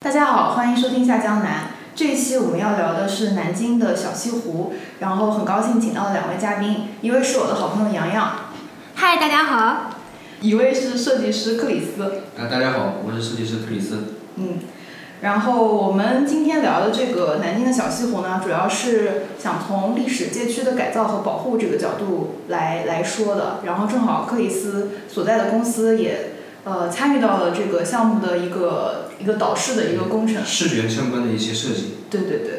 大家好，欢迎收听下江南。这一期我们要聊的是南京的小西湖，然后很高兴请到了两位嘉宾，一位是我的好朋友洋洋，嗨，大家好。一位是设计师克里斯。啊，大家好，我是设计师克里斯。嗯，然后我们今天聊的这个南京的小西湖呢，主要是想从历史街区的改造和保护这个角度来来说的。然后正好克里斯所在的公司也呃参与到了这个项目的一个一个导视的一个工程。视觉相关的一些设计，对对对，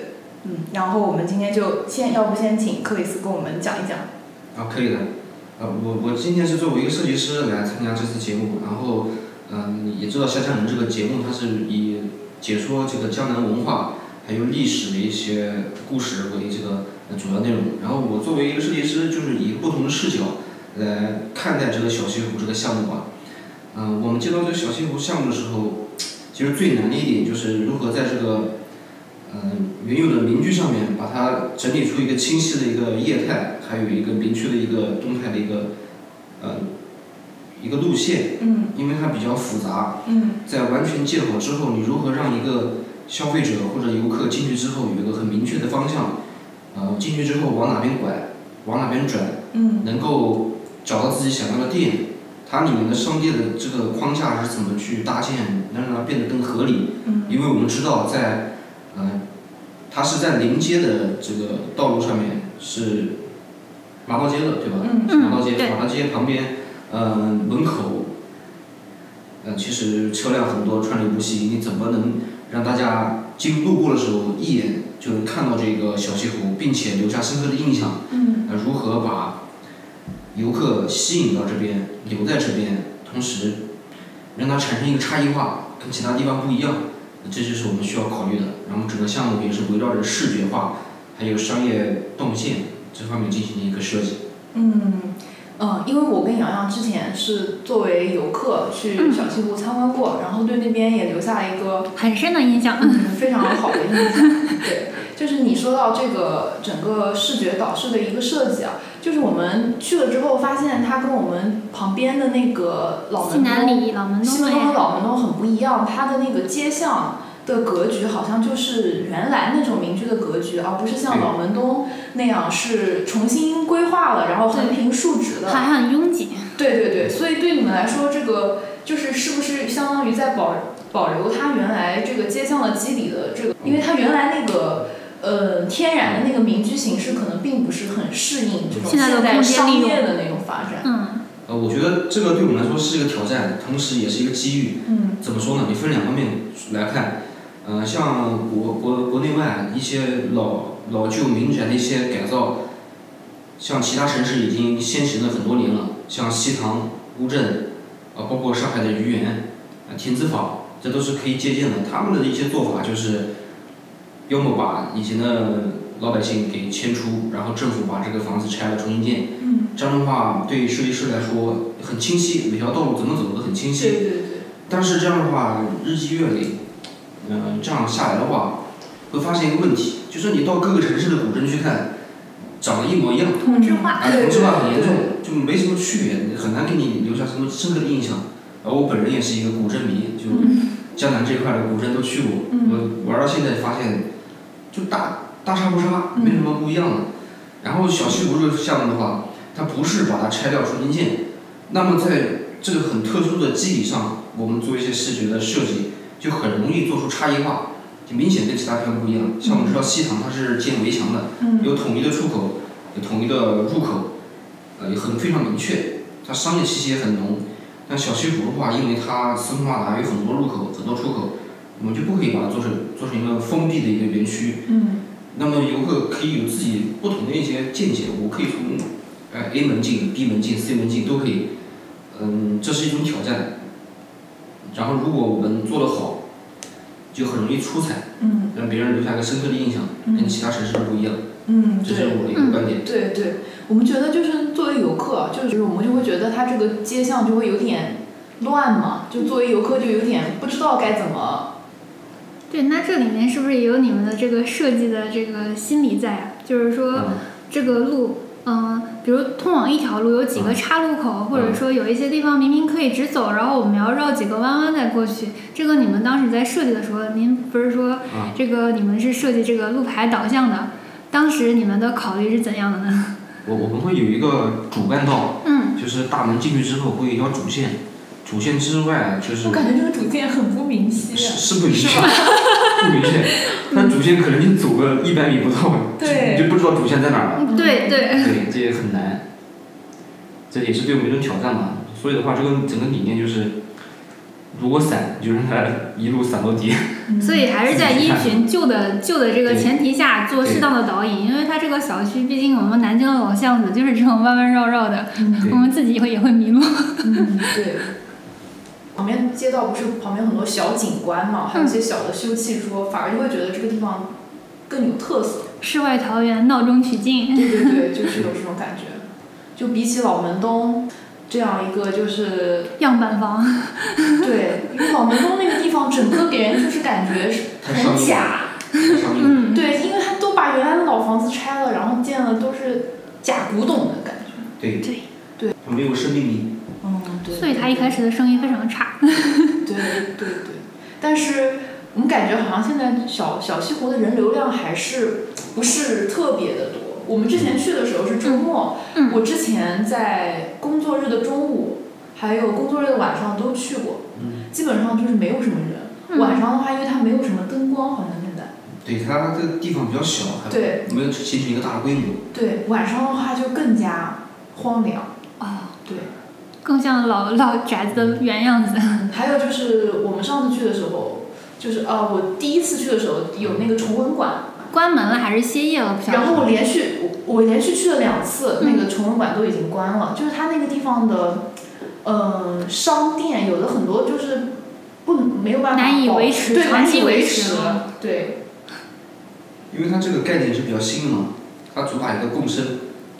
嗯，然后我们今天就先，要不先请克里斯跟我们讲一讲。啊，可以的。呃，我我今天是作为一个设计师来参加这次节目，然后，嗯、也知道《下江南》这个节目，它是以解说这个江南文化还有历史的一些故事为这个呃主要内容。然后我作为一个设计师，就是以不同的视角来看待这个小西湖这个项目吧。嗯、我们接到这个小西湖项目的时候，其实最难的一点就是如何在这个嗯，原有的民居上面，把它整理出一个清晰的一个业态，还有一个明确的一个动态的一个，呃，一个路线，嗯因为它比较复杂，嗯在完全建好之后，你如何让一个消费者或者游客进去之后有一个很明确的方向，呃，进去之后往哪边拐，往哪边转，嗯能够找到自己想要的店，它里面的商店的这个框架是怎么去搭建，能让它变得更合理，嗯因为我们知道在，嗯，它是在临街的这个道路上面是马道街的，对吧？嗯马道街，对马道街旁边，嗯，门口，嗯，其实车辆很多，川流不息，你怎么能让大家经路过的时候一眼就能看到这个小西湖，并且留下深刻的印象？嗯呃，如何把游客吸引到这边，留在这边，同时让它产生一个差异化，跟其他地方不一样，这就是我们需要考虑的。然后整个项目也是围绕着视觉化，还有商业动线这方面进行的一个设计。嗯嗯，因为我跟洋洋之前是作为游客去嗯小西湖参观过，然后对那边也留下一个很深的印象，嗯嗯非常好的印象。对，就是你说到这个整个视觉导视的一个设计啊，就是我们去了之后发现它跟我们旁边的那个老西门南东里老门西东门东和对，老门东很不一样，它的那个街巷的格局好像就是原来那种民居的格局，而不是像对老门东那样是重新规划了，然后横平竖直还的。很拥挤。对对对，所以对你们来说，这个就是是不是相当于在保保留它原来这个街巷的基底的这个，因为它原来那个。呃，天然的那个民居形式可能并不是很适应这种现在的现代空间商利用业的那种发展。嗯呃，我觉得这个对我们来说是一个挑战，同时也是一个机遇。嗯怎么说呢？你分两方面来看，呃，像国国国内外一些老老旧民宅的一些改造，像其他城市已经先行了很多年了，像西塘、乌镇，啊、包括上海的愚园、啊、亭子坊，这都是可以借鉴的。他们的一些做法就是，要么把以前的老百姓给迁出，然后政府把这个房子拆了重新建，嗯，这样的话对设计师来说很清晰，每条道路怎么走都很清晰。对对对。但是这样的话，日积月累，嗯、这样下来的话，会发现一个问题，就是你到各个城市的古镇去看，长得一模一样，同质化啊，对同质化很对严重，就没什么区别，很难给你留下什么深刻的印象。而我本人也是一个古镇迷，就嗯江南这块的古镇都去过，嗯我玩到现在发现，就大大差不差，没什么不一样的。然后小西湖这个项目的话，它不是把它拆掉重新建，那么在这个很特殊的基底上，我们做一些视觉的设计，就很容易做出差异化，就明显跟其他地方不一样。像我们知道西塘它是建围墙的，嗯有统一的出口，有统一的入口，呃，也很非常明确，它商业气息也很浓。但小西湖的话，因为它四通八达，有很多入口、很多出口，我们就不可以把它做成做成一个封闭的一个园区。嗯那么游客可以有自己不同的一些见解，我可以从呃 A 门进、B 门进、C 门进都可以，嗯，这是一种挑战。然后如果我们做得好，就很容易出彩，嗯让别人留下一个深刻的印象，跟其他城市不一样。嗯，这是对我的一个观点。对对，我们觉得就是作为游客，啊就是我们就会觉得它这个街巷就会有点乱嘛，就作为游客就有点不知道该怎么。对，那这里面是不是也有你们的这个设计的这个心理在啊？就是说嗯这个路，嗯，比如通往一条路有几嗯个岔路口，或者说有一些地方明明可以直走，然后我们要绕几个弯弯再过去。这个你们当时在设计的时候，您不是说啊，这个你们是设计这个路牌导向的，当时你们的考虑是怎样的呢？我我们会有一个主干道，嗯，就是大门进去之后会有一条主线，主线之外就是我感觉这个主见很不明晰。是是不明确， 不明确，它主线可能你走个一百米不到，对你就不知道主线在哪儿了。嗯对对，对，这也很难，这也是对我们一种挑战嘛。所以的话，这个整个理念就是，如果散，就让它一路散到底。嗯所以还是在依循旧的旧的这个前提下做适当的导引，因为它这个小区毕竟我们南京的老巷子就是这种弯弯绕绕的，嗯对我们自己也会也会迷路。 嗯对。旁边街道不是旁边很多小景观嘛，还有一嗯些小的休憩桌，反而就会觉得这个地方更有特 色。世外桃源，闹中取静。对对对，就是有这种感觉。就比起老门东这样一个，就是样板房， 对，因为老门东那个地方，整个给人就是感觉是太商很业了假。上面嗯，对，因为它都把原来的老房子拆了，然后建了都是假古董的感觉。对对对，它没有生命力。嗯，对。所以它一开始的生意非常差。对对对， 但是我们感觉好像现在小小西湖的人流量还是不是特别的多。我们之前去的时候是周末，嗯我之前在工作日的中午，还有工作日的晚上都去过，嗯，基本上就是没有什么人。嗯晚上的话，因为它没有什么灯光，好像现在对，它这个地方比较小，还对没有形成一个大的规模。对晚上的话就更加荒凉。哦，对，更像老老宅子的原样子。嗯还有就是我们上次去的时候，就是啊，我第一次去的时候有那个崇文馆，关门了还是歇业了？不晓然后得。我连续我我连续去了两次，嗯那个崇文馆都已经关了，就是它那个地方的，呃，商店有的很多就是不没有办法难以保维持对，长难期以维维持了对，因为它这个概念是比较新的嘛，它主打一个共生，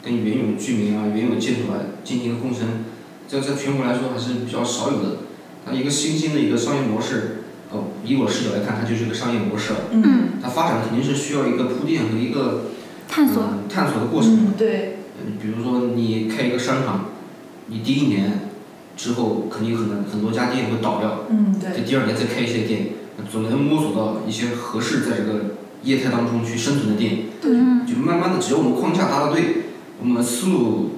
跟原有居民啊、原有建筑啊进行一个共生，这在全国来说还是比较少有的。它一个新兴的一个商业模式，哦，以我视角来看，它就是一个商业模式了。嗯它发展肯定是需要一个铺垫和一个探索。嗯探索的过程。嗯，对，嗯，比如说你开一个商场，你第一年之后肯定很多很多家店会倒掉，嗯在对，第二年再开一些店，总能摸索到一些合适在这个业态当中去生存的店。嗯，就慢慢的，只要我们框架搭的对，我们思路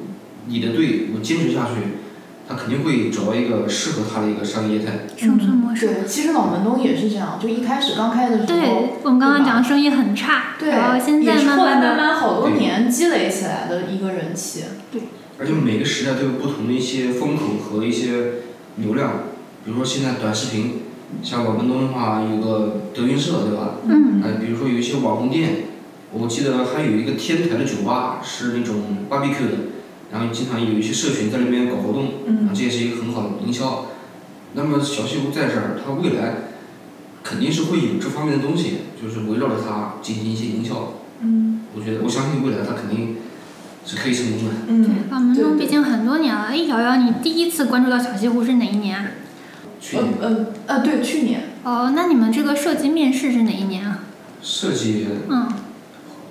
理的对，我们坚持下去，它肯定会找到一个适合它的一个商业业态。嗯生存模式。对，其实老门东也是这样，就一开始刚开的时候。对我们刚刚讲生意很差，对，然后现也在是慢后来慢慢的，慢好多对年积累起来的一个人气，而且每个时代都有不同的一些风口和一些流量，比如说现在短视频，像老门东的话有个德云社，对吧？嗯呃，比如说有一些网红店，我记得还有一个天台的酒吧是那种 barbecue 的，然后经常有一些社群在那边搞活动。啊，嗯，这也是一个很好的营销。那么小西湖在这儿，它未来肯定是会有这方面的东西，就是围绕着它进行一些营销。嗯我觉得，我相信未来它肯定是可以成功的。嗯，法门东对毕竟很多年了。一哎瑶瑶，你第一次关注到小西湖是哪一年啊？去呃年呃呃，对，去 年，哦，那你们这个设计面试是哪一年啊？设计，嗯，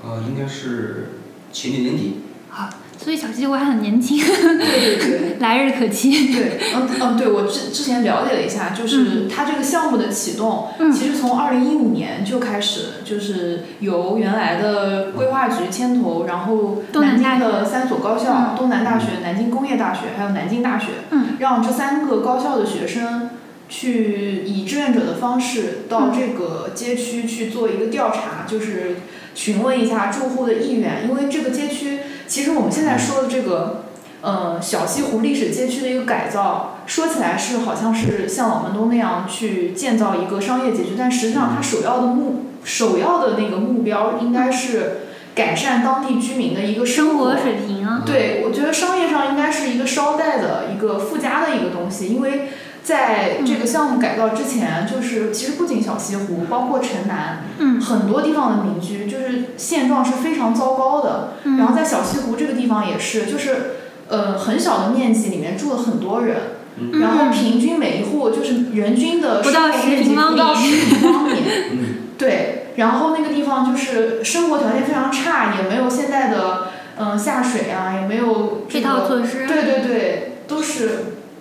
呃，应该是前年年底。好，所以小西湖还很年轻，对对对，来日可期。对，嗯嗯，对我之之前了解了一下，就是它这个项目的启动，嗯其实从二零一五年就开始，就是由原来的规划局牵头，然后东南京南大的三所高校，东南大学、嗯南京工业大学还有南京大学，嗯让这三个高校的学生去以志愿者的方式到嗯这个街区去做一个调查，就是询问一下住户的意愿，因为这个街区其实我们现在说的这个。呃，小西湖历史街区的一个改造，说起来是好像是像老门东那样去建造一个商业街区，但实际上它首要的目首要的那个目标应该是改善当地居民的一个生活水平啊，对，我觉得商业上应该是一个捎带的一个附加的一个东西，因为在这嗯个项目改造之前，就是其实不仅小西湖，包括城南，嗯很多地方的民居就是现状是非常糟糕的。然后嗯，在小西湖这个地方也是，就是呃很小的面积里面住了很多人，嗯然后平均每一户就是人均的不生到活10面积平方不到米10平方米。 嗯，对，然后那个地方就是生活条件非常差，也没有现在的嗯、下水啊，也没有这配套个，措施。对对对，都是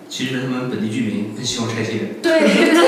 其实他们本地居民更希望拆迁，对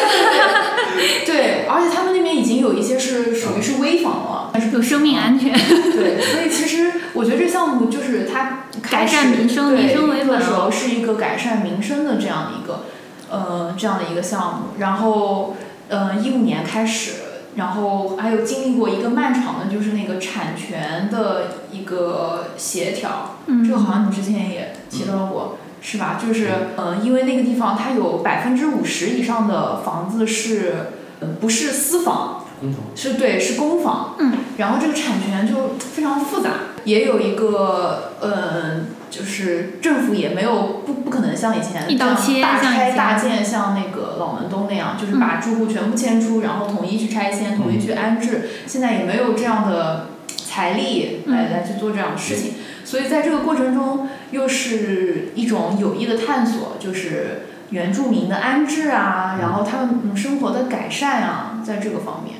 对 对，而且他们那边已经有一些是属于是危房了，有生命安全，对，所以其实我觉得这项目就是它改善民生对民生为本的时候是一个改善民生的这样一个呃这样的一个项目，然后呃一五年开始，然后还有经历过一个漫长的就是那个产权的一个协调，嗯，这个好像你之前也提到过。是吧？就是，呃，因为那个地方它有百分之五十以上的房子是，呃不是私房，工厂是对，是公房。嗯，然后这个产权就非常复杂，也有一个呃，就是政府也没有不不可能像以前一刀切这样大像以拆前嗯大建，像那个老门东那样，就是把住户全部迁出，然后统一去拆迁，统一去安置。现在也没有这样的财力来嗯来去做这样的事情，所以在这个过程中，又是一种有益的探索，就是原住民的安置啊，然后他们嗯生活的改善啊，在这个方面。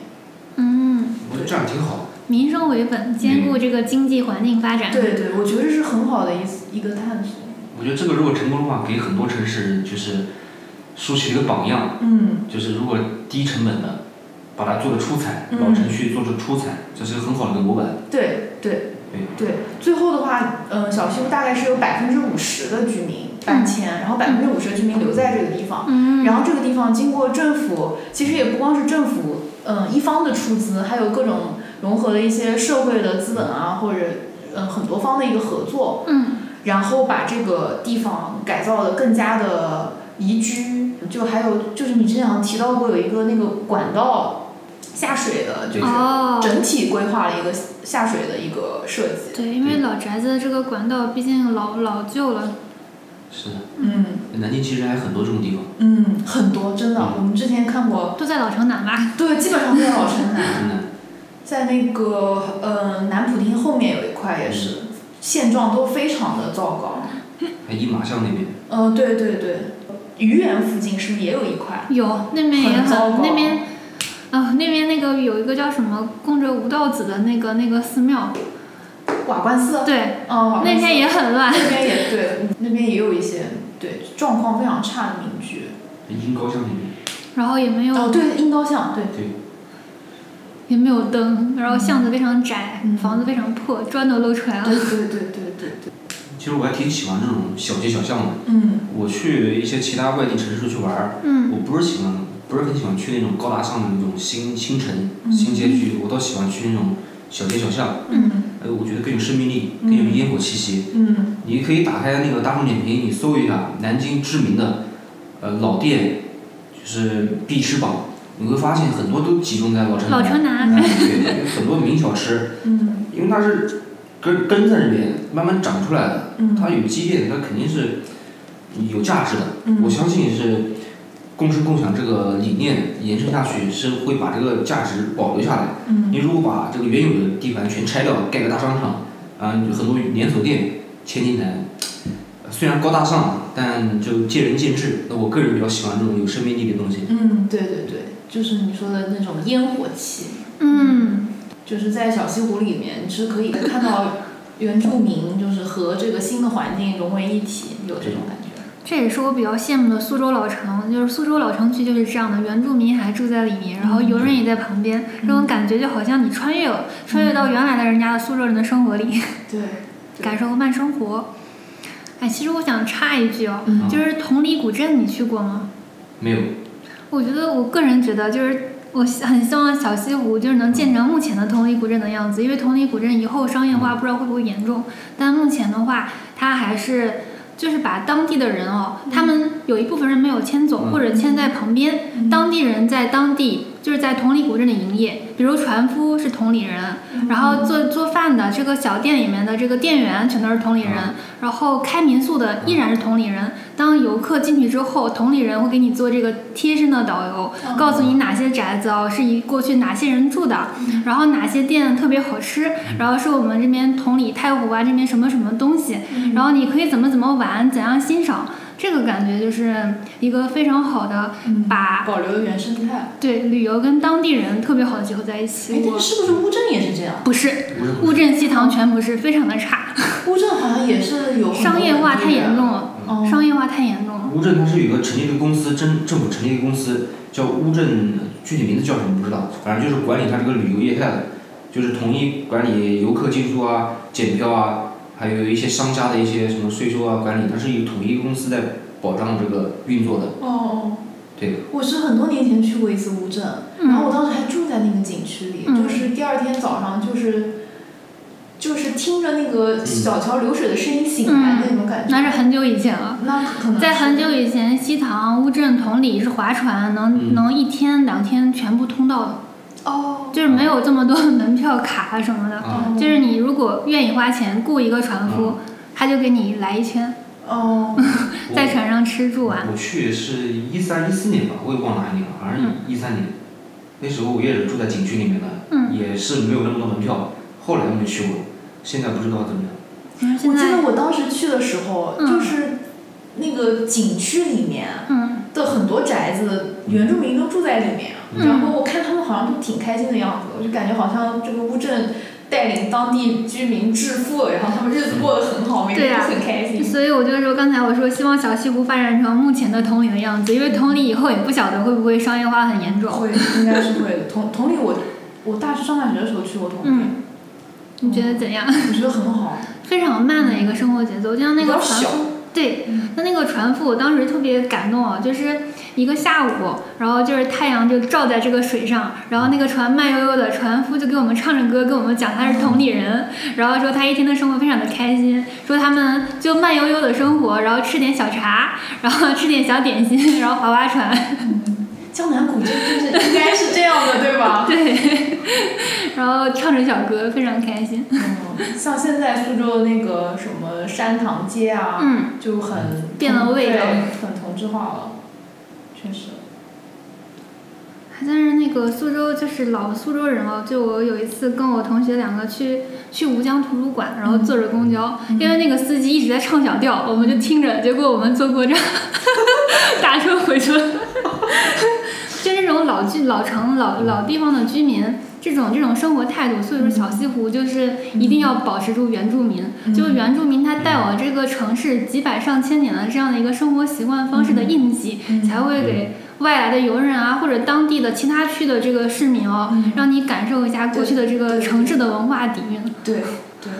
嗯，我觉得这样挺好。民生为本，兼顾这个经济环境发展。对对，我觉得这是很好的一一个探索。我觉得这个如果成功的话，给很多城市就是竖起了一个榜样，嗯就是如果低成本的把它做的出彩，嗯老程序做出出彩，这是很好的一个模板。，对对对。最后的话，嗯、小西湖大概是有百分之五十的居民搬迁，然后百分之五十的居民留在这个地方。嗯，然后这个地方经过政府，其实也不光是政府，嗯、一方的出资，还有各种融合了一些社会的资本啊，或者嗯、呃很多方的一个合作，嗯然后把这个地方改造的更加的宜居，就还有就是你之前好像提到过有一个那个管道下水的，就是哦，整体规划了一个下水的一个设计。对，因为老宅子这个管道毕竟老老旧了，是的，嗯南京其实还有很多这种地方，嗯，很多真的，我们之前看过，都在老城南吧？ 对，基本上都在老城南，真的。 在那个呃南普厅后面有一块也是，现状都非常的糟糕。还一马巷那边，嗯、对对对，愚园附近是不是也有一块？有那边也很糟糕很那边。啊、那边那个有一个叫什么供着吴道子的那个那个寺庙，瓦罐寺，对，嗯，瓦罐那寺边也很 乱。那边也对，那边也有一些对状况非常差的民居。阴高巷那边，然后也没有、哦，对，樱高巷，对，对，也没有灯，然后巷子非常窄，嗯房子非常破，砖都露出来了。对对对对对对，其实我还挺喜欢这种小街小巷的。嗯我去一些其他外地城市去玩儿，嗯我不是喜欢，不是很喜欢去那种高大上的那种新新城、嗯新街区，我倒喜欢去那种小街小巷。嗯哎，我觉得更有生命力，更有烟火气息。嗯你可以打开那个大众点评，你搜一下南京知名的呃老店，就是必吃榜，你会发现很多都集中在老城老南。城南，哎对，有很多名小吃，嗯因为它是根根在这边慢慢长出来的，它嗯有积淀，它肯定是有价值的。嗯，我相信是共生共享这个理念延伸下去，是会把这个价值保留下来。嗯你如果把这个原有的地盘全拆掉，盖个大商场，啊、有很多连锁店迁进来，虽然高大上，但就见仁见智。那我个人比较喜欢这种有生命力的东西。嗯，对对对，就是你说的那种烟火气，嗯，就是在小西湖里面你是可以看到原住民就是和这个新的环境融为一体，有这种感觉。这也是我比较羡慕的苏州老城，就是苏州老城区就是这样的，原住民还住在里嗯面，然后游人也在旁边，这种感觉就好像你穿越了，嗯穿越到原来的人家的苏州人的生活里，对，嗯对感受慢生活。哎，其实我想插一句哦，嗯就是同里古镇你去过吗？没有，我觉得我个人觉得就是。我很希望小西湖就是能建成目前的同里古镇的样子，因为同里古镇以后商业化不知道会不会严重，但目前的话，它还是就是把当地的人哦，他们有一部分人没有迁走，嗯或者迁在旁边，嗯当地人在当地就是在同里古镇里营业，比如船夫是同里人，然后嗯做做饭的这个小店里面的这个店员全都是同里人，啊然后开民宿的依然是同里人。当游客进去之后，同里人会给你做这个贴身的导游，嗯告诉你哪些宅子哦是以过去哪些人住的，嗯然后哪些店特别好吃，然后是我们这嗯边同里太湖啊这边什么什么东西，然后你可以怎么怎么玩，怎样欣赏。这个感觉就是一个非常好的嗯把保留原生态。对旅游跟当地人特别好的结合在一哎起。，但我是是不是乌镇也是这样？不是无论乌镇西塘全不是，非常的差，乌镇好像也是有很多商业化太严重了，哦，商业化太严重了。乌镇它是有一个成立的公司，政政府成立的公司叫乌镇，具体名字叫什么不知道，反正就是管理它这个旅游业态的，就是统一管理游客进出啊、检票啊，还有一些商家的一些什么税收啊管理，它是有统一公司在保障这个运作的。哦哦，对，我是很多年前去过一次乌镇，然后我嗯，当时还住在那个景区里，嗯就是第二天早上就是就是听着那个小桥流水的声音醒来的那种感觉。嗯那是很久以前了。那可能在是很久以前，西塘、乌镇、同里是划船，能、嗯能一天两天全部通到的，哦，就是没有这么多门票卡啊什么的。啊，哦就是你如果愿意花钱雇一个船夫，他就给你来一圈，哦，我在船上吃住啊玩。我去是一三一四年吧，我也忘了哪一年了，好像嗯一三年。那时候我也是住在景区里面的，嗯也是没有那么多门票。后来我没去过，现在不知道怎么样。我 现记在得，我当时去的时候，嗯就是那个景区里面嗯，的很多宅子，原住民都住在里面啊。嗯然后我看他们好像都挺开心的样子，我就感觉好像这个乌镇带领当地居民致富，然后他们日子过得很好，每对天啊呀都很开心。所以我就说，刚才我说希望小西湖发展成目前的同里的样子，因为同里以后也不晓得会不会商业化很严重。会，应该是会的。同同理我，我大上大学的时候去过同理，嗯，你觉得怎样？我觉得很好，非常慢的一个生活节奏，就嗯像那比个较船小夫，对，嗯那那个船夫，我当时特别感动啊，就是一个下午，然后就是太阳就照在这个水上，然后那个船慢悠悠的，船夫就给我们唱着歌，跟我们讲他是同里人，然后说他一天的生活非常的开心，说他们就慢悠悠的生活，然后吃点小茶，然后吃点小点心，然后划划船，嗯，江南古镇就是应该是这样的，对 吧？对，然后唱着小歌，非常开心。嗯，像现在苏州的那个什么山塘街啊，嗯，就很变了味道对很同质化了，确实。但是那个苏州就是老苏州人哦，就我有一次跟我同学两个去去吴江图书馆，然后坐着公交，嗯因为那个司机一直在唱小调，我们就听着，结果我们坐过站， 打车回去了。 就这种老居、老城、老老地方的居民，这种这种生活态度，所以说小西湖就是一定要保持住原住民，嗯就是原住民他带往这个城市几百上千年的这样的一个生活习惯方式的印记，嗯才会给外来的游人啊，或者当地的其他区的这个市民哦，嗯让你感受一下过去的这个城市的文化底蕴。对对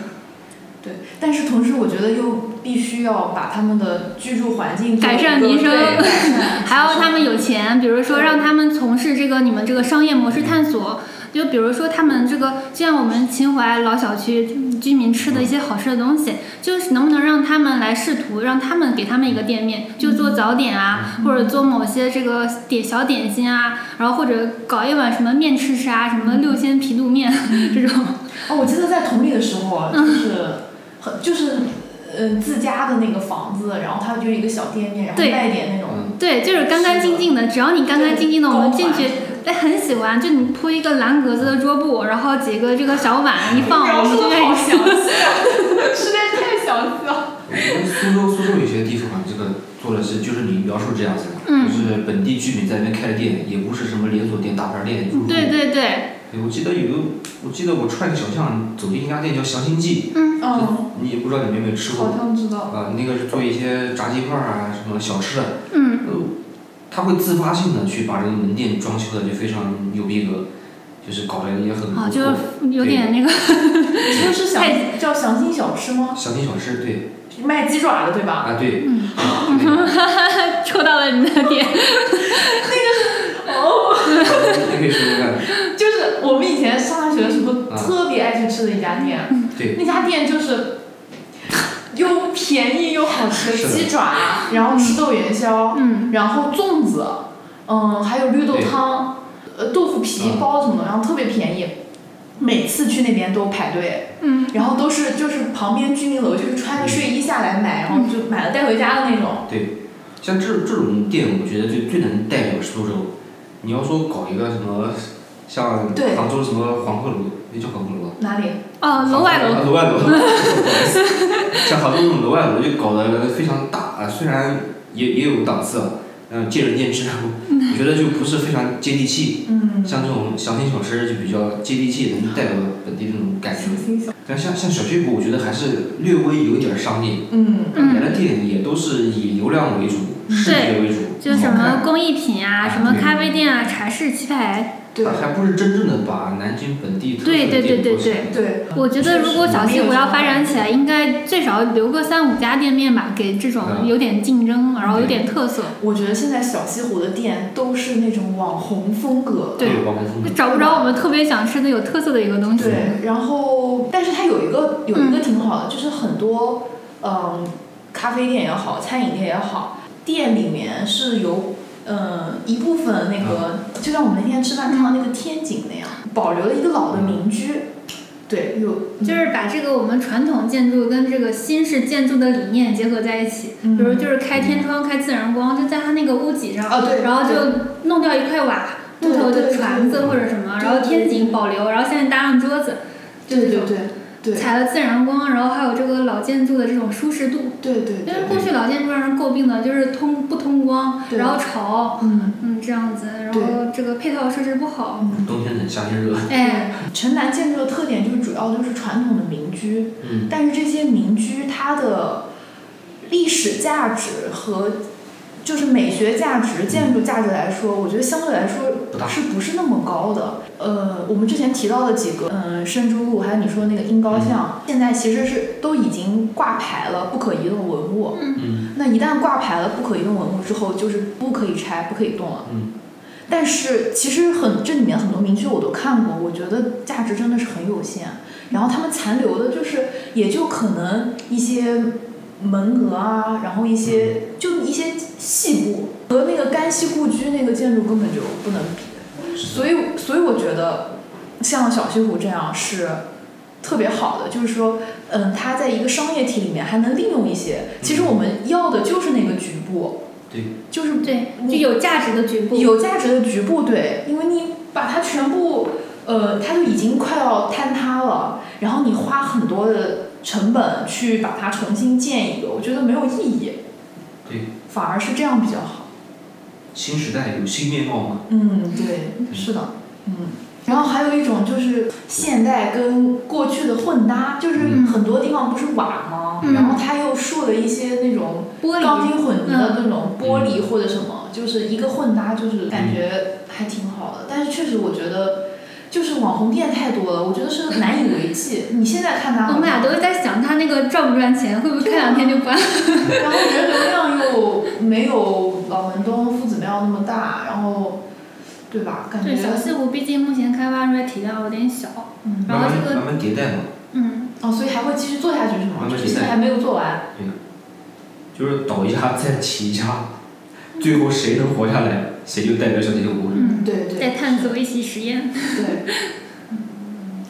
对，但是同时我觉得又必须要把他们的居住环境做改善一个民生对改善 还有他们有钱，比如说让他们从事这个你们这个商业模式探索，就比如说他们这个，就像我们秦淮老小区居民吃的一些好吃的东西，就是能不能让他们来试图让他们给他们一个店面，就做早点啊，嗯或者做某些这个点小点心啊，然后或者搞一碗什么面吃吃啊，什么六鲜皮肚面 这种。哦，我记得在同里的时候啊，嗯就是很就是呃自家的那个房子，然后它就是一个小店面，然后对卖点那种嗯，对，就是干干净净的，只要你干干净净的，我们进去，哎，很喜欢。就你铺一个蓝格子的桌布，然后几个这个小碗一放，我描们述就的愿好意详细啊，实在是太详细了。我觉得苏州苏州有些地方啊这个做的是就是你描述这样子的， 嗯就是本地居民在那边开的店，也不是什么连锁店、大牌店，入驻对对对，对我记得有，我记得我串个小巷走进一家店叫祥兴记，嗯，嗯，你也不知道你们有没有吃过好啊、像知道。那个是做一些炸鸡块啊，什么小吃啊，嗯，呃，他会自发性的去把这个门店装修的就非常有逼格，就是搞得也很不啊，就错。是有点那个，你说是太祥叫祥兴小吃吗？祥兴小吃对，卖鸡爪的对吧？啊对，啊嗯，那戳到了你的点，哦， 个你可以说说看，就是我们以前上大学的时候啊特别爱去吃的一家店，对，那家店就是又便宜又好吃的是的鸡爪，然后吃豆元宵，嗯，然后粽子，嗯，还有绿豆汤，呃，豆腐皮嗯包什么的，然后特别便宜。每次去那边都排队，嗯，然后都是就是旁边居民楼就是穿着睡衣下来买，然后就买了带回家的那种。像这这种店，我觉得最最能代表苏州。你要说搞一个什么，像对杭州什么黄鹤楼，那叫黄鹤楼啊。哪里？哦，楼外楼，楼，楼外楼，不好意思像杭州那种楼外楼就搞得非常大啊，虽然也也有档次啊，嗯、见仁见智。我觉得就不是非常接地气，嗯，像这种小品小诗就比较接地气，能代表本地那种感觉。行行但像像小剧部，我觉得还是略微有一点商业。嗯嗯原来电影也都是以流量为主，视觉为主，就什么工艺品啊，嗯什么咖啡店啊，茶室、棋牌。对还还不是真正的把南京本地特色对的对对店铺对做起来对对，我觉得如果小西湖要发展起来，应该最少留个三五家店面吧，给这种嗯有点竞争，然后有点特色。我觉得现在小西湖的店都是那种网红风格，对对，王红就找不着我们特别想吃的有特色的一个东西。对，然后但是它有一个有嗯一个挺好的，就是很多嗯咖啡店也好，餐饮店也好，店里面是有嗯一部分那个，就像我们那天吃饭看到那个天井那样，保留了一个老的民居，对，有嗯就是把这个我们传统建筑跟这个新式建筑的理念结合在一起，嗯比如就是开天窗、开自然光，就在它那个屋脊上，啊对然后就弄掉一块瓦、对木头对的对船子或者什么，对然后天井保留，然后下面搭上桌子，就对这对种对对采了自然光，然后还有这个老建筑的这种舒适度。对对因为对，过去老建筑让人诟病的就是通不通光，对然后潮，嗯嗯这样子，然后这个配套设施不好，嗯，冬天冷，夏天热，哎，城南建筑的特点就是主要就是传统的民居，嗯，但是这些民居它的历史价值和就是美学价值、建筑价值来说，我觉得相对来不大说是不是那么高的？呃，我们之前提到的几个，嗯、呃，深珠路还有你说那个殷高嗯巷，现在其实是都已经挂牌了不可移动文物。嗯那一旦挂牌了不可移动文物之后，就是不可以拆、不可以动了。嗯但是其实很这里面很多民居我都看过，我觉得价值真的是很有限。然后他们残留的就是也就可能一些门额啊，然后一些、就一些细部和那个甘溪故居那个建筑根本就不能比。所以所以我觉得像小西湖这样是。特别好的，就是说，嗯，它在一个商业体里面还能利用一些。其实我们要的就是那个局部，对，就是对，嗯就有价值的局部，有价值的局部对，因为你把它全部，呃，它就已经快要坍塌了，然后你花很多的成本去把它重新建一个，我觉得没有意义，对，反而是这样比较好。新时代有新面貌嘛，嗯，对，是的，嗯。然后还有一种就是现代跟过去的混搭，就是嗯很多地方不是瓦吗？嗯然后它又竖了一些那种玻钢璃，筋混凝的嗯那种玻璃或者什么，就是一个混搭，就是感觉还挺好嗯的。但是确实，我觉得就是网红店太多了，我觉得是难以为 继。你现在看它，我们俩都是在想它那个赚不赚钱，会不会开两天就关了？ 然后人流量又没有老门东夫子庙那么大，然后对吧？感对，觉小西湖毕竟目前开发出来体量有点小，嗯然慢后慢这个慢慢迭代嘛，嗯，哦，所以还会继续做下去是吗？慢慢就是迭现代在还没有做 完。就是倒一家再起一家，最后谁能活下来，谁就代表小西湖。嗯，对对。在探索一起实验，对，嗯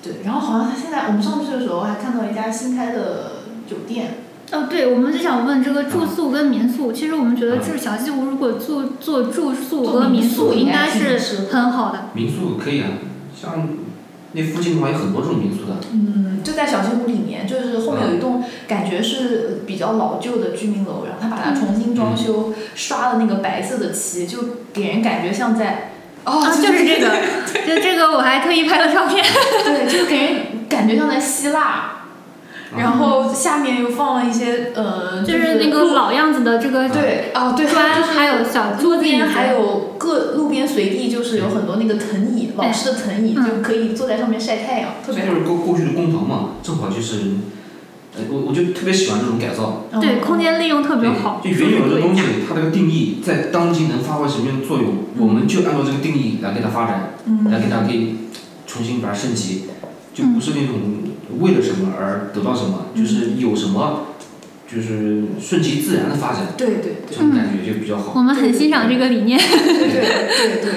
对。然后好像他现在我们上去的时候还看到一家新开的酒店。哦，对，我们就想问这个住宿跟民宿，其实我们觉得就是小西湖如果做做住宿和民宿，做民宿应应该该是是很好的，民宿可以啊，像那附近的话有很多这种民宿的，嗯，就在小西湖里面，就是后面有一栋嗯感觉是比较老旧的居民楼，然后他把嗯它重新嗯装修，刷了那个白色的漆，就给人感觉像在哦啊，就是这个，就这个我还特意拍了照片。 对，就给人感觉像在希腊。嗯然后下面又放了一些呃，就是是那个老样子的这个对哦对，砖，还有小桌路子椅边还子，有各路边随地就是有很多那个藤椅，老式的藤椅，嗯就可以坐在上面晒太阳，特这别就是过过去的工棚嘛，正好就是，呃，我我就特别喜欢这种改造。好。对，嗯空间利用特别好，就原有的东西，它这个定义在当今能发挥什么样的作用，嗯我们就按照这个定义来给它发展，来给嗯，它给重新把它升级，就不是那种为了什么而得到什么，嗯就是有什么，就是顺其自然的发展，对对对这种感觉就比较好。我们很欣赏这个理念，对对对对，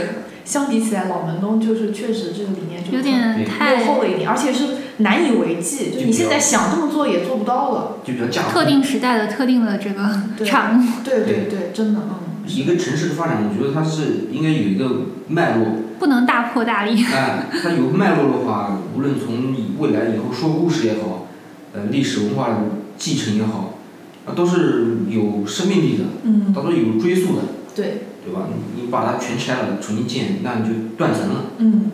相比起来，老门东就是确实这个理念就有点太落后了一点，而且是难以为继，就你现在想这么做也做不到了。就比较架嗯特空。定时代的特定的这个对产物，对对对，真的，嗯，一个城市的发展，我觉得它是应该有一个脉 络，不能大破大立。哎，它有脉络的话，无论从以未来以后说故事也好，呃，历史文化继承也好，啊，都是有生命力的，嗯，它都是有追溯的，对，对吧？你你把它全拆了，重新建，那你就断层了，嗯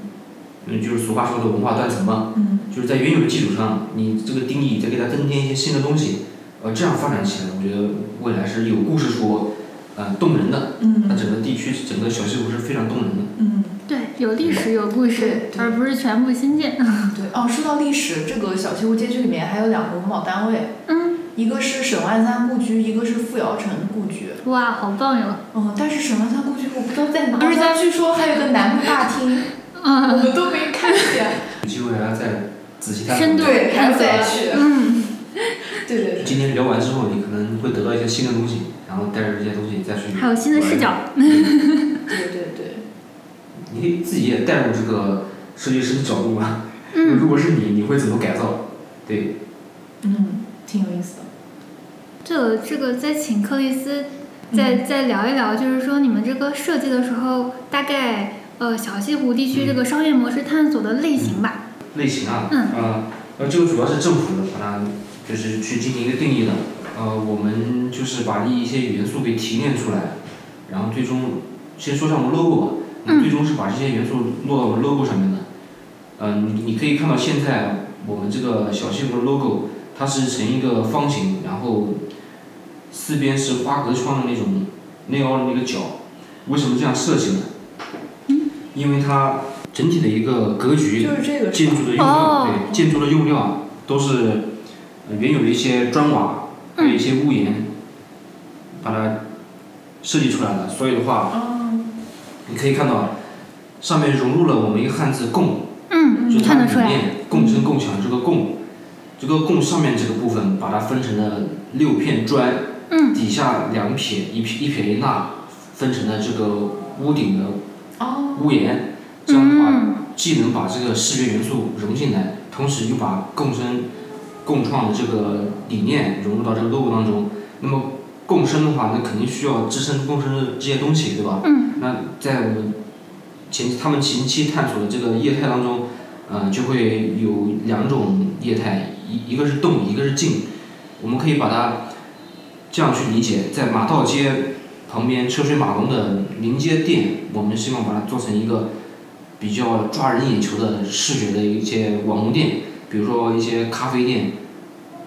嗯，就是俗话说的文化断层嘛，嗯就是在原有的基础上，你这个定义再给它增添一些新的东西，呃，这样发展起来，我觉得未来是有故事说，呃，动人的，那嗯整个地区整个小西湖是非常动人的。嗯，对，有历史有故事对，对而不是全部新建。对。哦，说到历史，这个小西湖街区里面还有两个文保单位，嗯，一个是沈万三故居，一个是傅瑶城故居。哇，好棒哟！嗯，但是沈万三故居我不知道在哪，而且它据说还有个南部大厅， 我嗯，们都没看见。有机会还要再仔细探深度讨。 对探 索还要再去。嗯，对对对。今天聊完之后，你可能会得到一些新的东西，然后带着这些东西再去。还有新的视角。。对对对，你可以自己也带入这个设计师的角度嘛。嗯，如果是你，你会怎么改造？对，嗯，挺有意思的。这个这个再请克里斯再再聊一聊，就是说你们这个设计的时候，大概呃小西湖地区这个商业模式探索的类型吧。类型啊，嗯啊，呃，这个主要是政府的把它就是去进行一个定义的。呃，我们就是把一些元素给提炼出来，然后最终先说上我们 logo 吧。我嗯们最终是把这些元素落到我们 logo 上面的。嗯，你可以看到现在我们这个小西湖的 logo，它是呈一个方形，然后四边是花格窗的那种内凹的那个角。为什么这样设计呢？因为它整体的一个格局就是这个是吧？建筑的用料，哦对建筑的用料都是呃原有的一些砖瓦，还有一些屋檐，把它设计出来了。所以的话，嗯你可以看到上面融入了我们一个汉字“共”，嗯，就是它看得里出来。嗯面共生共享这个“共”，这个“共”上面这个部分把它分成了六片砖，嗯底下两撇一撇一撇一捺分成了这个屋顶的哦屋檐，这样的话嗯既能把这个视觉元素融进来，同时又把共生、共创的这个理念融入到这个 logo 当中。那么共生的话，那肯定需要支撑共生的这些东西，对吧？嗯那在我们前他们前期探索的这个业态当中，呃，就会有两种业态，一一个是动，一个是静。我们可以把它这样去理解，在马道街旁边车水马龙的临街店，我们希望把它做成一个比较抓人眼球的视觉的一些网红店，比如说一些咖啡店、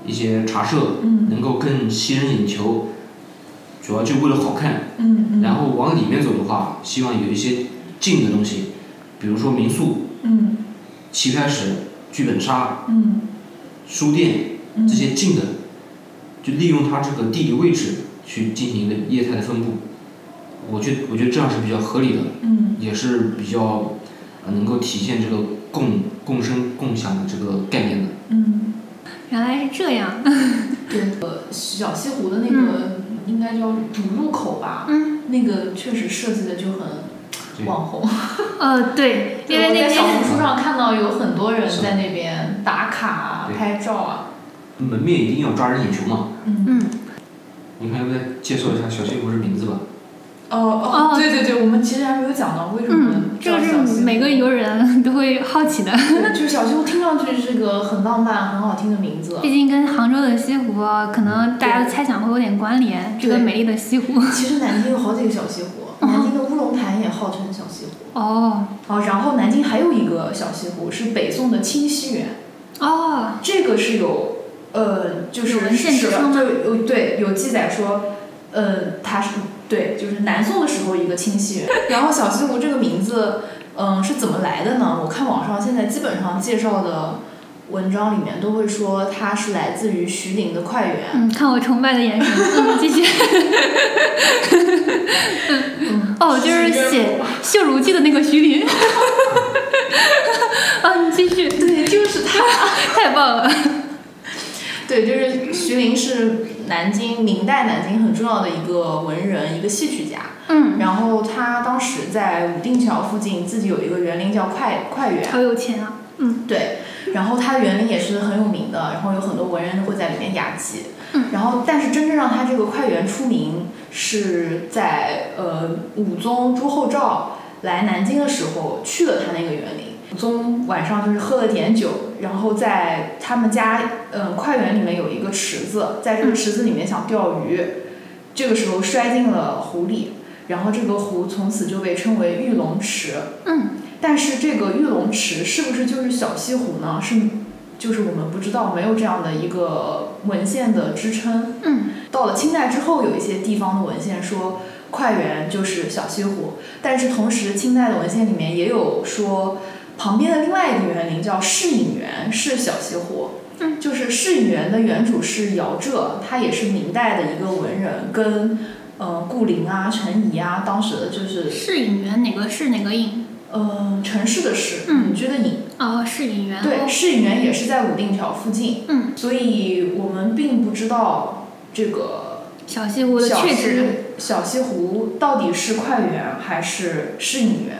一些茶社，嗯能够更吸人眼球，主要就为了好看。嗯嗯。然后往里面走的话，希望有一些近的东西，比如说民宿、嗯棋牌室、剧本杀、嗯书店嗯。这些近的，就利用它这个地理位置去进行一个业态的分布。我觉我觉得这样是比较合理的，嗯也是比较呃能够体现这个共共生共享的这个概念的。嗯，原来是这样。对，呃，小西湖的那个应该叫主入口吧，嗯，那个确实设计的就很对网红。呃，对，因为我那在小边红书上看到有很多人是在那边打卡啊、对拍照啊。门面一定要抓人眼球嘛。嗯，嗯。你看，要不要介绍一下小西湖的名字吧？哦哦哦，对对对，我们其实还没有讲到为什么嗯，这叫个小西是湖每个游人都会好奇 的，对就是小西湖听上去是个很浪漫、很好听的名字， 毕竟跟杭州的西湖啊可能大家对猜想会有点关联。这个对美丽的西湖，其实南京有好几个小西湖，嗯南京的乌龙潭也号称小西湖。 哦哦，然后南京还有一个小西湖是北宋的清溪园。哦，这个是有，呃，就是有文献支史料撑吗对，有对有记载说，呃，它是对，就是南宋的时候一个清溪人。 然后小西湖这个名字，嗯、是怎么来的呢？我看网上现在基本上介绍的文章里面都会说它是来自于徐陵的快园。嗯，看我崇拜的眼神，嗯， 继续。嗯哦，就是 写《绣如记》的那个徐林。 啊，你继续， 对，就是它。 太棒了。对，就是徐陵是南京明代南京很重要的一个文人，一个戏曲家。嗯，然后他当时在武定桥附近自己有一个园林叫快快园，好有钱啊。嗯对，然后它的园林也是很有名的，然后有很多文人会在里面雅集。嗯然后，但是真正让它这个快园出名，是在呃武宗朱厚照来南京的时候去了它那个园林，祖宗晚上就是喝了点酒，然后在他们家嗯快园里面有一个池子，在这个池子里面想钓鱼，这个时候摔进了湖里，然后这个湖从此就被称为玉龙池。嗯，但是这个玉龙池是不是就是小西湖呢？是，就是我们不知道，没有这样的一个文献的支撑。嗯，到了清代之后，有一些地方的文献说快园就是小西湖，但是同时清代的文献里面也有说，旁边的另外一个园林叫适隐园是小西湖。嗯就是适隐园的园主是姚浙，他也是明代的一个文人，跟呃顾灵啊、陈颐啊，当时的就是嗯是影园哪个是哪个影？呃城市的市，嗯隐居的隐，哦，是影园。对，哦市影园也是在武定桥附近，嗯，所以我们并不知道这个小西湖的小确西址。小西湖到底是快园还是市影园，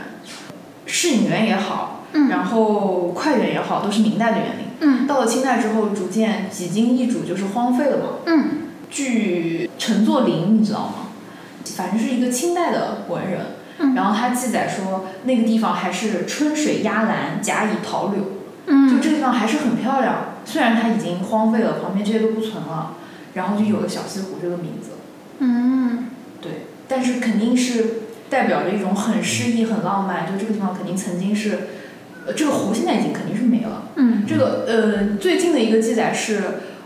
市影园也好，嗯然后快园也好，都是明代的园林。嗯到了清代之后，逐渐几经易主，就是荒废了嘛。嗯据陈作霖，你知道吗？反正是一个清代的文人，嗯然后他记载说那个地方还是春水压栏，甲乙桃柳，就嗯，这个地方还是很漂亮。虽然它已经荒废了，旁边这些都不存了，然后就有了小西湖这个名字。嗯对，但是肯定是代表着一种很诗意、很浪漫。就这个地方肯定曾经是，呃，这个湖现在已经肯定是没了。嗯这个呃，最近的一个记载是，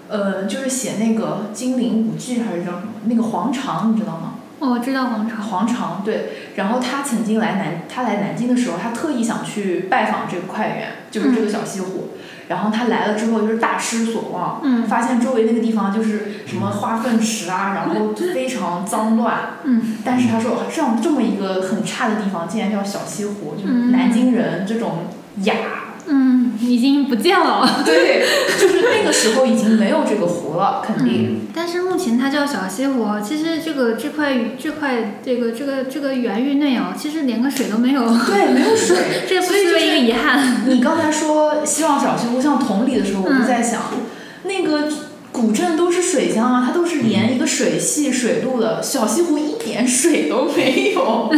呃，就是写那个《金陵五记》还是叫什么？那个黄裳，你知道吗？我哦知道皇朝。黄裳对，然后他曾经来南，他来南京的时候，他特意想去拜访这个快园，就是嗯这个小西湖。然后他来了之后，就是大失所望，嗯发现周围那个地方就是什么化粪池啊，然 后非常脏乱。嗯但是他说，哇这样这么一个很差的地方，竟然叫小西湖，就是嗯南京人这种 雅，嗯，已经不见了。对，就是那个时候已经没有这个湖了，肯定。嗯， 但是目前它叫小西湖，其实这个这块这块这个这个这个园域内哦，其实连个水都没有， 对，没有水，这不哦所以就失是为一个遗憾。 你刚才说希望小西湖像同里的时候，我嗯就在想，那个古镇都是水乡啊，它都是连一个水系、水路的，小西湖一点水都没有，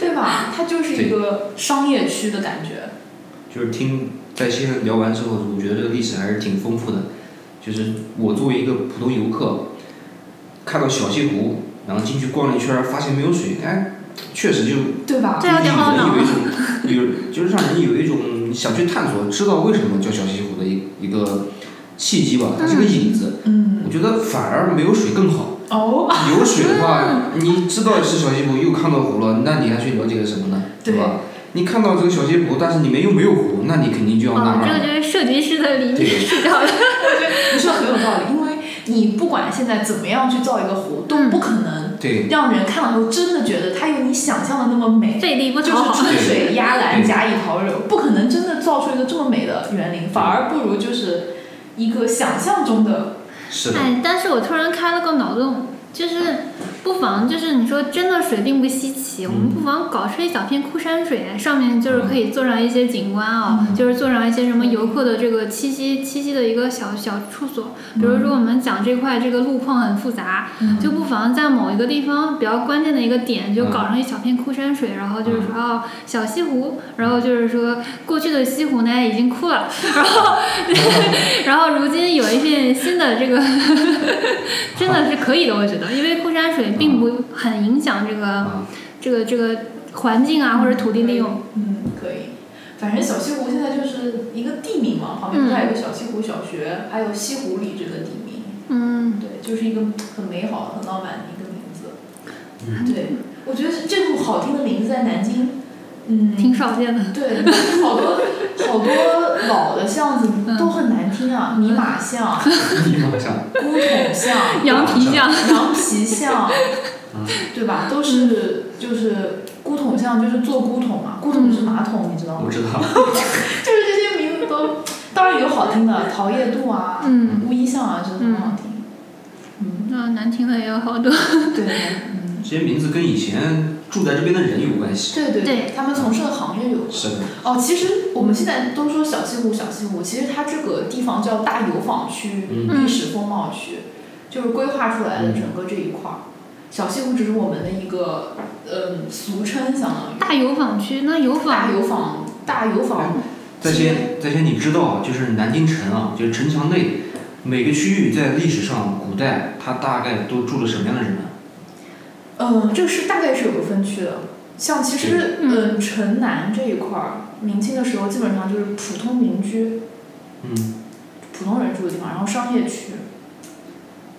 对吧？它就是一个商业区的感觉。就是听在线聊完之后，我觉得这个历史还是挺丰富的。就是我作为一个普通游客，看到小西湖，然后进去逛了一圈儿，发现没有水，哎，确实就对吧？啊这有点懊恼有一种 有就是让人有一种想去探索，知道为什么叫小西湖的一一个契机吧，它是个引子。嗯，我觉得反而没有水更好，哦，有水的话，嗯你知道是小西湖，又看到湖了，那你还去了解个什么呢？对对吧？你看到这个小西湖，但是里面又没有湖，那你肯定就要纳哦，这个闷。就是设计师的理念对是这样的。你说得很有道理，因为你不管现在怎么样去造一个湖，都不可能对，让人看了以后真的觉得它有你想象的那么美。费力不就讨是好。春水压栏，对甲乙桃柳，不可能真的造出一个这么美的园林，反而不如就是一个想象中的。是的，哎，但是我突然开了个脑洞，就是不妨就是你说真的水并不稀奇，我们嗯不妨搞出一小片枯山水，上面就是可以做上一些景观啊、嗯就是做上一些什么游客的这个栖息栖息的一个小小处所。比如说我们讲这块这个路况很复杂，嗯就不妨在某一个地方比较关键的一个点，就搞上一小片枯山水，然后就是说哦小西湖，然后就是说过去的西湖呢已经枯了，然后然后如今有一片新的这个，真的是可以的，我觉得，因为枯山水并不很影响这个啊， 这个这个环境啊或者土地利用。嗯，可以。反正小西湖现在就是一个地名嘛，旁边不是还有个小西湖小学，还有西湖里这个地名，嗯，对，就是一个很美好、很浪漫的一个名字。嗯对，我觉得这种好听的名字在南京，嗯，挺少见的。 对，好多好多老的巷子嗯都很难听啊，泥马 巷、立马上，古筒巷。羊皮匠，羊皮巷嗯，对吧？都嗯是就是古筒巷，就是做古筒嘛，古筒是嗯马桶，你知道吗我？知道，就是这些名字都，当然有好听的，桃叶渡啊，嗯，乌衣巷啊，真的很好听。嗯，那难听的也有好多。对，嗯，这些名字跟以前住在这边的人有关系。对对对，他们从事的行业有关。是的，哦，其实我们现在都说小西湖，小西湖，其实它这个地方叫大油坊区、嗯历史风貌区，就是规划出来的整个这一块儿。小西湖只是我们的一个，呃嗯，俗称，相当于。大油坊区，那油坊大油坊，大油坊嗯在先在先你知道啊，就是南京城啊，就是城墙内每个区域在历史上古代它大概都住了什么样的人呢？嗯，这个是大概是有个分区的。像其实，嗯嗯，城南这一块儿，明清的时候基本上就是普通民居、嗯，普通人住的地方，然后商业区。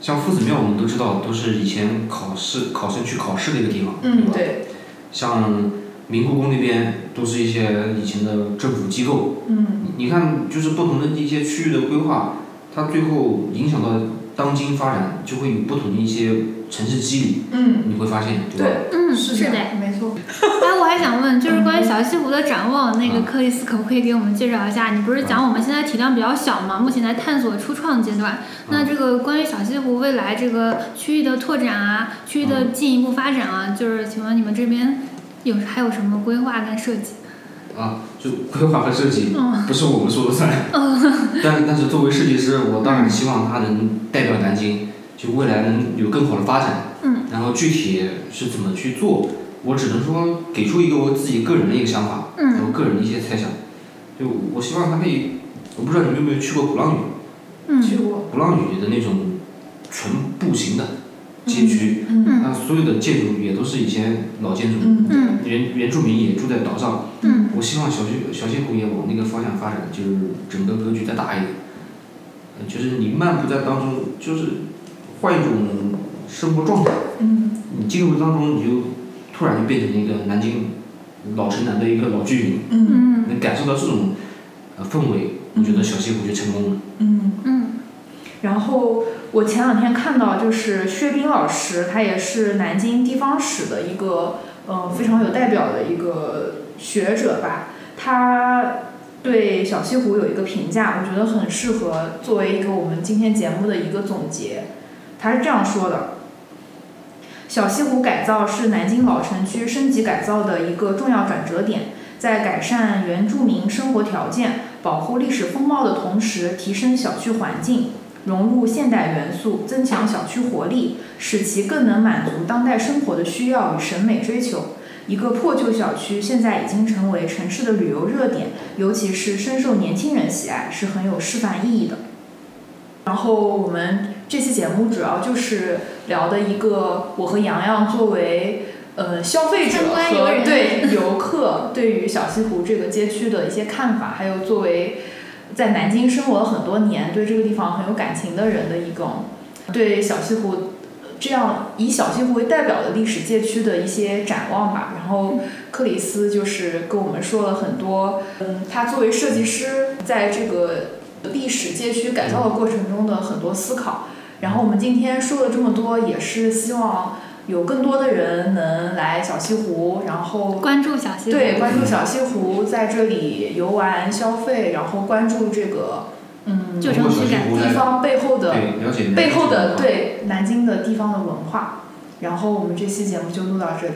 像夫子庙我们都知道，都是以前考试考生去考试的一个地方，嗯嗯对吧？对，像明故宫那边都是一些以前的政府机构，嗯，你你看，就是不同的一些区域的规划，它最后影响到当今发展，就会有不同的一些城市机理，嗯，你会发现，对吧？对，嗯，是是这的。样，没错。哎，我还想问，就是关于小西湖的展望，那个嗯克里斯可不可以给我们介绍一下？你不是讲我们现在体量比较小嘛，目前在探索初创阶段。那这个关于小西湖未来这个区域的拓展啊，区域的进一步发展啊，就是请问你们这边有还有什么规划跟设计？啊，就规划和设计嗯不是我们说了算， 但但是作为设计师，我当然希望它能代表南京，就未来能有更好的发展。嗯，然后具体是怎么去做，我只能说给出一个我自己个人的一个想法，嗯然后个人的一些猜想。就我希望它可以，我不知道你们有没有去过鼓浪屿。去嗯过，鼓浪屿的那种纯步行的街区，嗯嗯那、所有的建筑也都是以前老建筑，嗯嗯原原住民也住在岛上。嗯我希望小西小西湖也往那个方向发展，就是整个格局再大一点，呃就是你漫步在当中，就是换一种生活状态，嗯你进入当中你就突然就变成一个南京老城南的一个老居民，嗯嗯能感受到这种呃氛围，我觉得小西湖就成功了。嗯。嗯然后我前两天看到，就是薛冰老师，他也是南京地方史的一个嗯、呃非常有代表的一个学者吧。他对小西湖有一个评价，我觉得很适合作为一个我们今天节目的一个总结。他是这样说的：小西湖改造是南京老城区升级改造的一个重要转折点，在改善原住民生活条件、保护历史风貌的同时，提升小区环境。融入现代元素，增强小区活力，使其更能满足当代生活的需要与审美追求。一个破旧小区现在已经成为城市的旅游热点，尤其是深受年轻人喜爱，是很有示范意义的。然后我们这期节目主要就是聊的一个我和洋洋作为呃消费者参观游和人对游客对于小西湖这个街区的一些看法，还有作为在南京生活了很多年，对这个地方很有感情的人的一种对小西湖这样以小西湖为代表的历史街区的一些展望吧。然后克里斯就是跟我们说了很多，嗯，他作为设计师在这个历史街区改造的过程中的很多思考。然后我们今天说了这么多，也是希望有更多的人能来小西湖，然后关注小西湖。对，关注小西湖，在这里游玩消费，然就关注这个嗯旧通城过小区西改湖地来方背后的对了解南京背后的城对南京的地方的文化。然后我们这期节目就录到这里，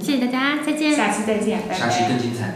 谢谢大家，再见。嗯下期再见，拜拜。下期更精彩。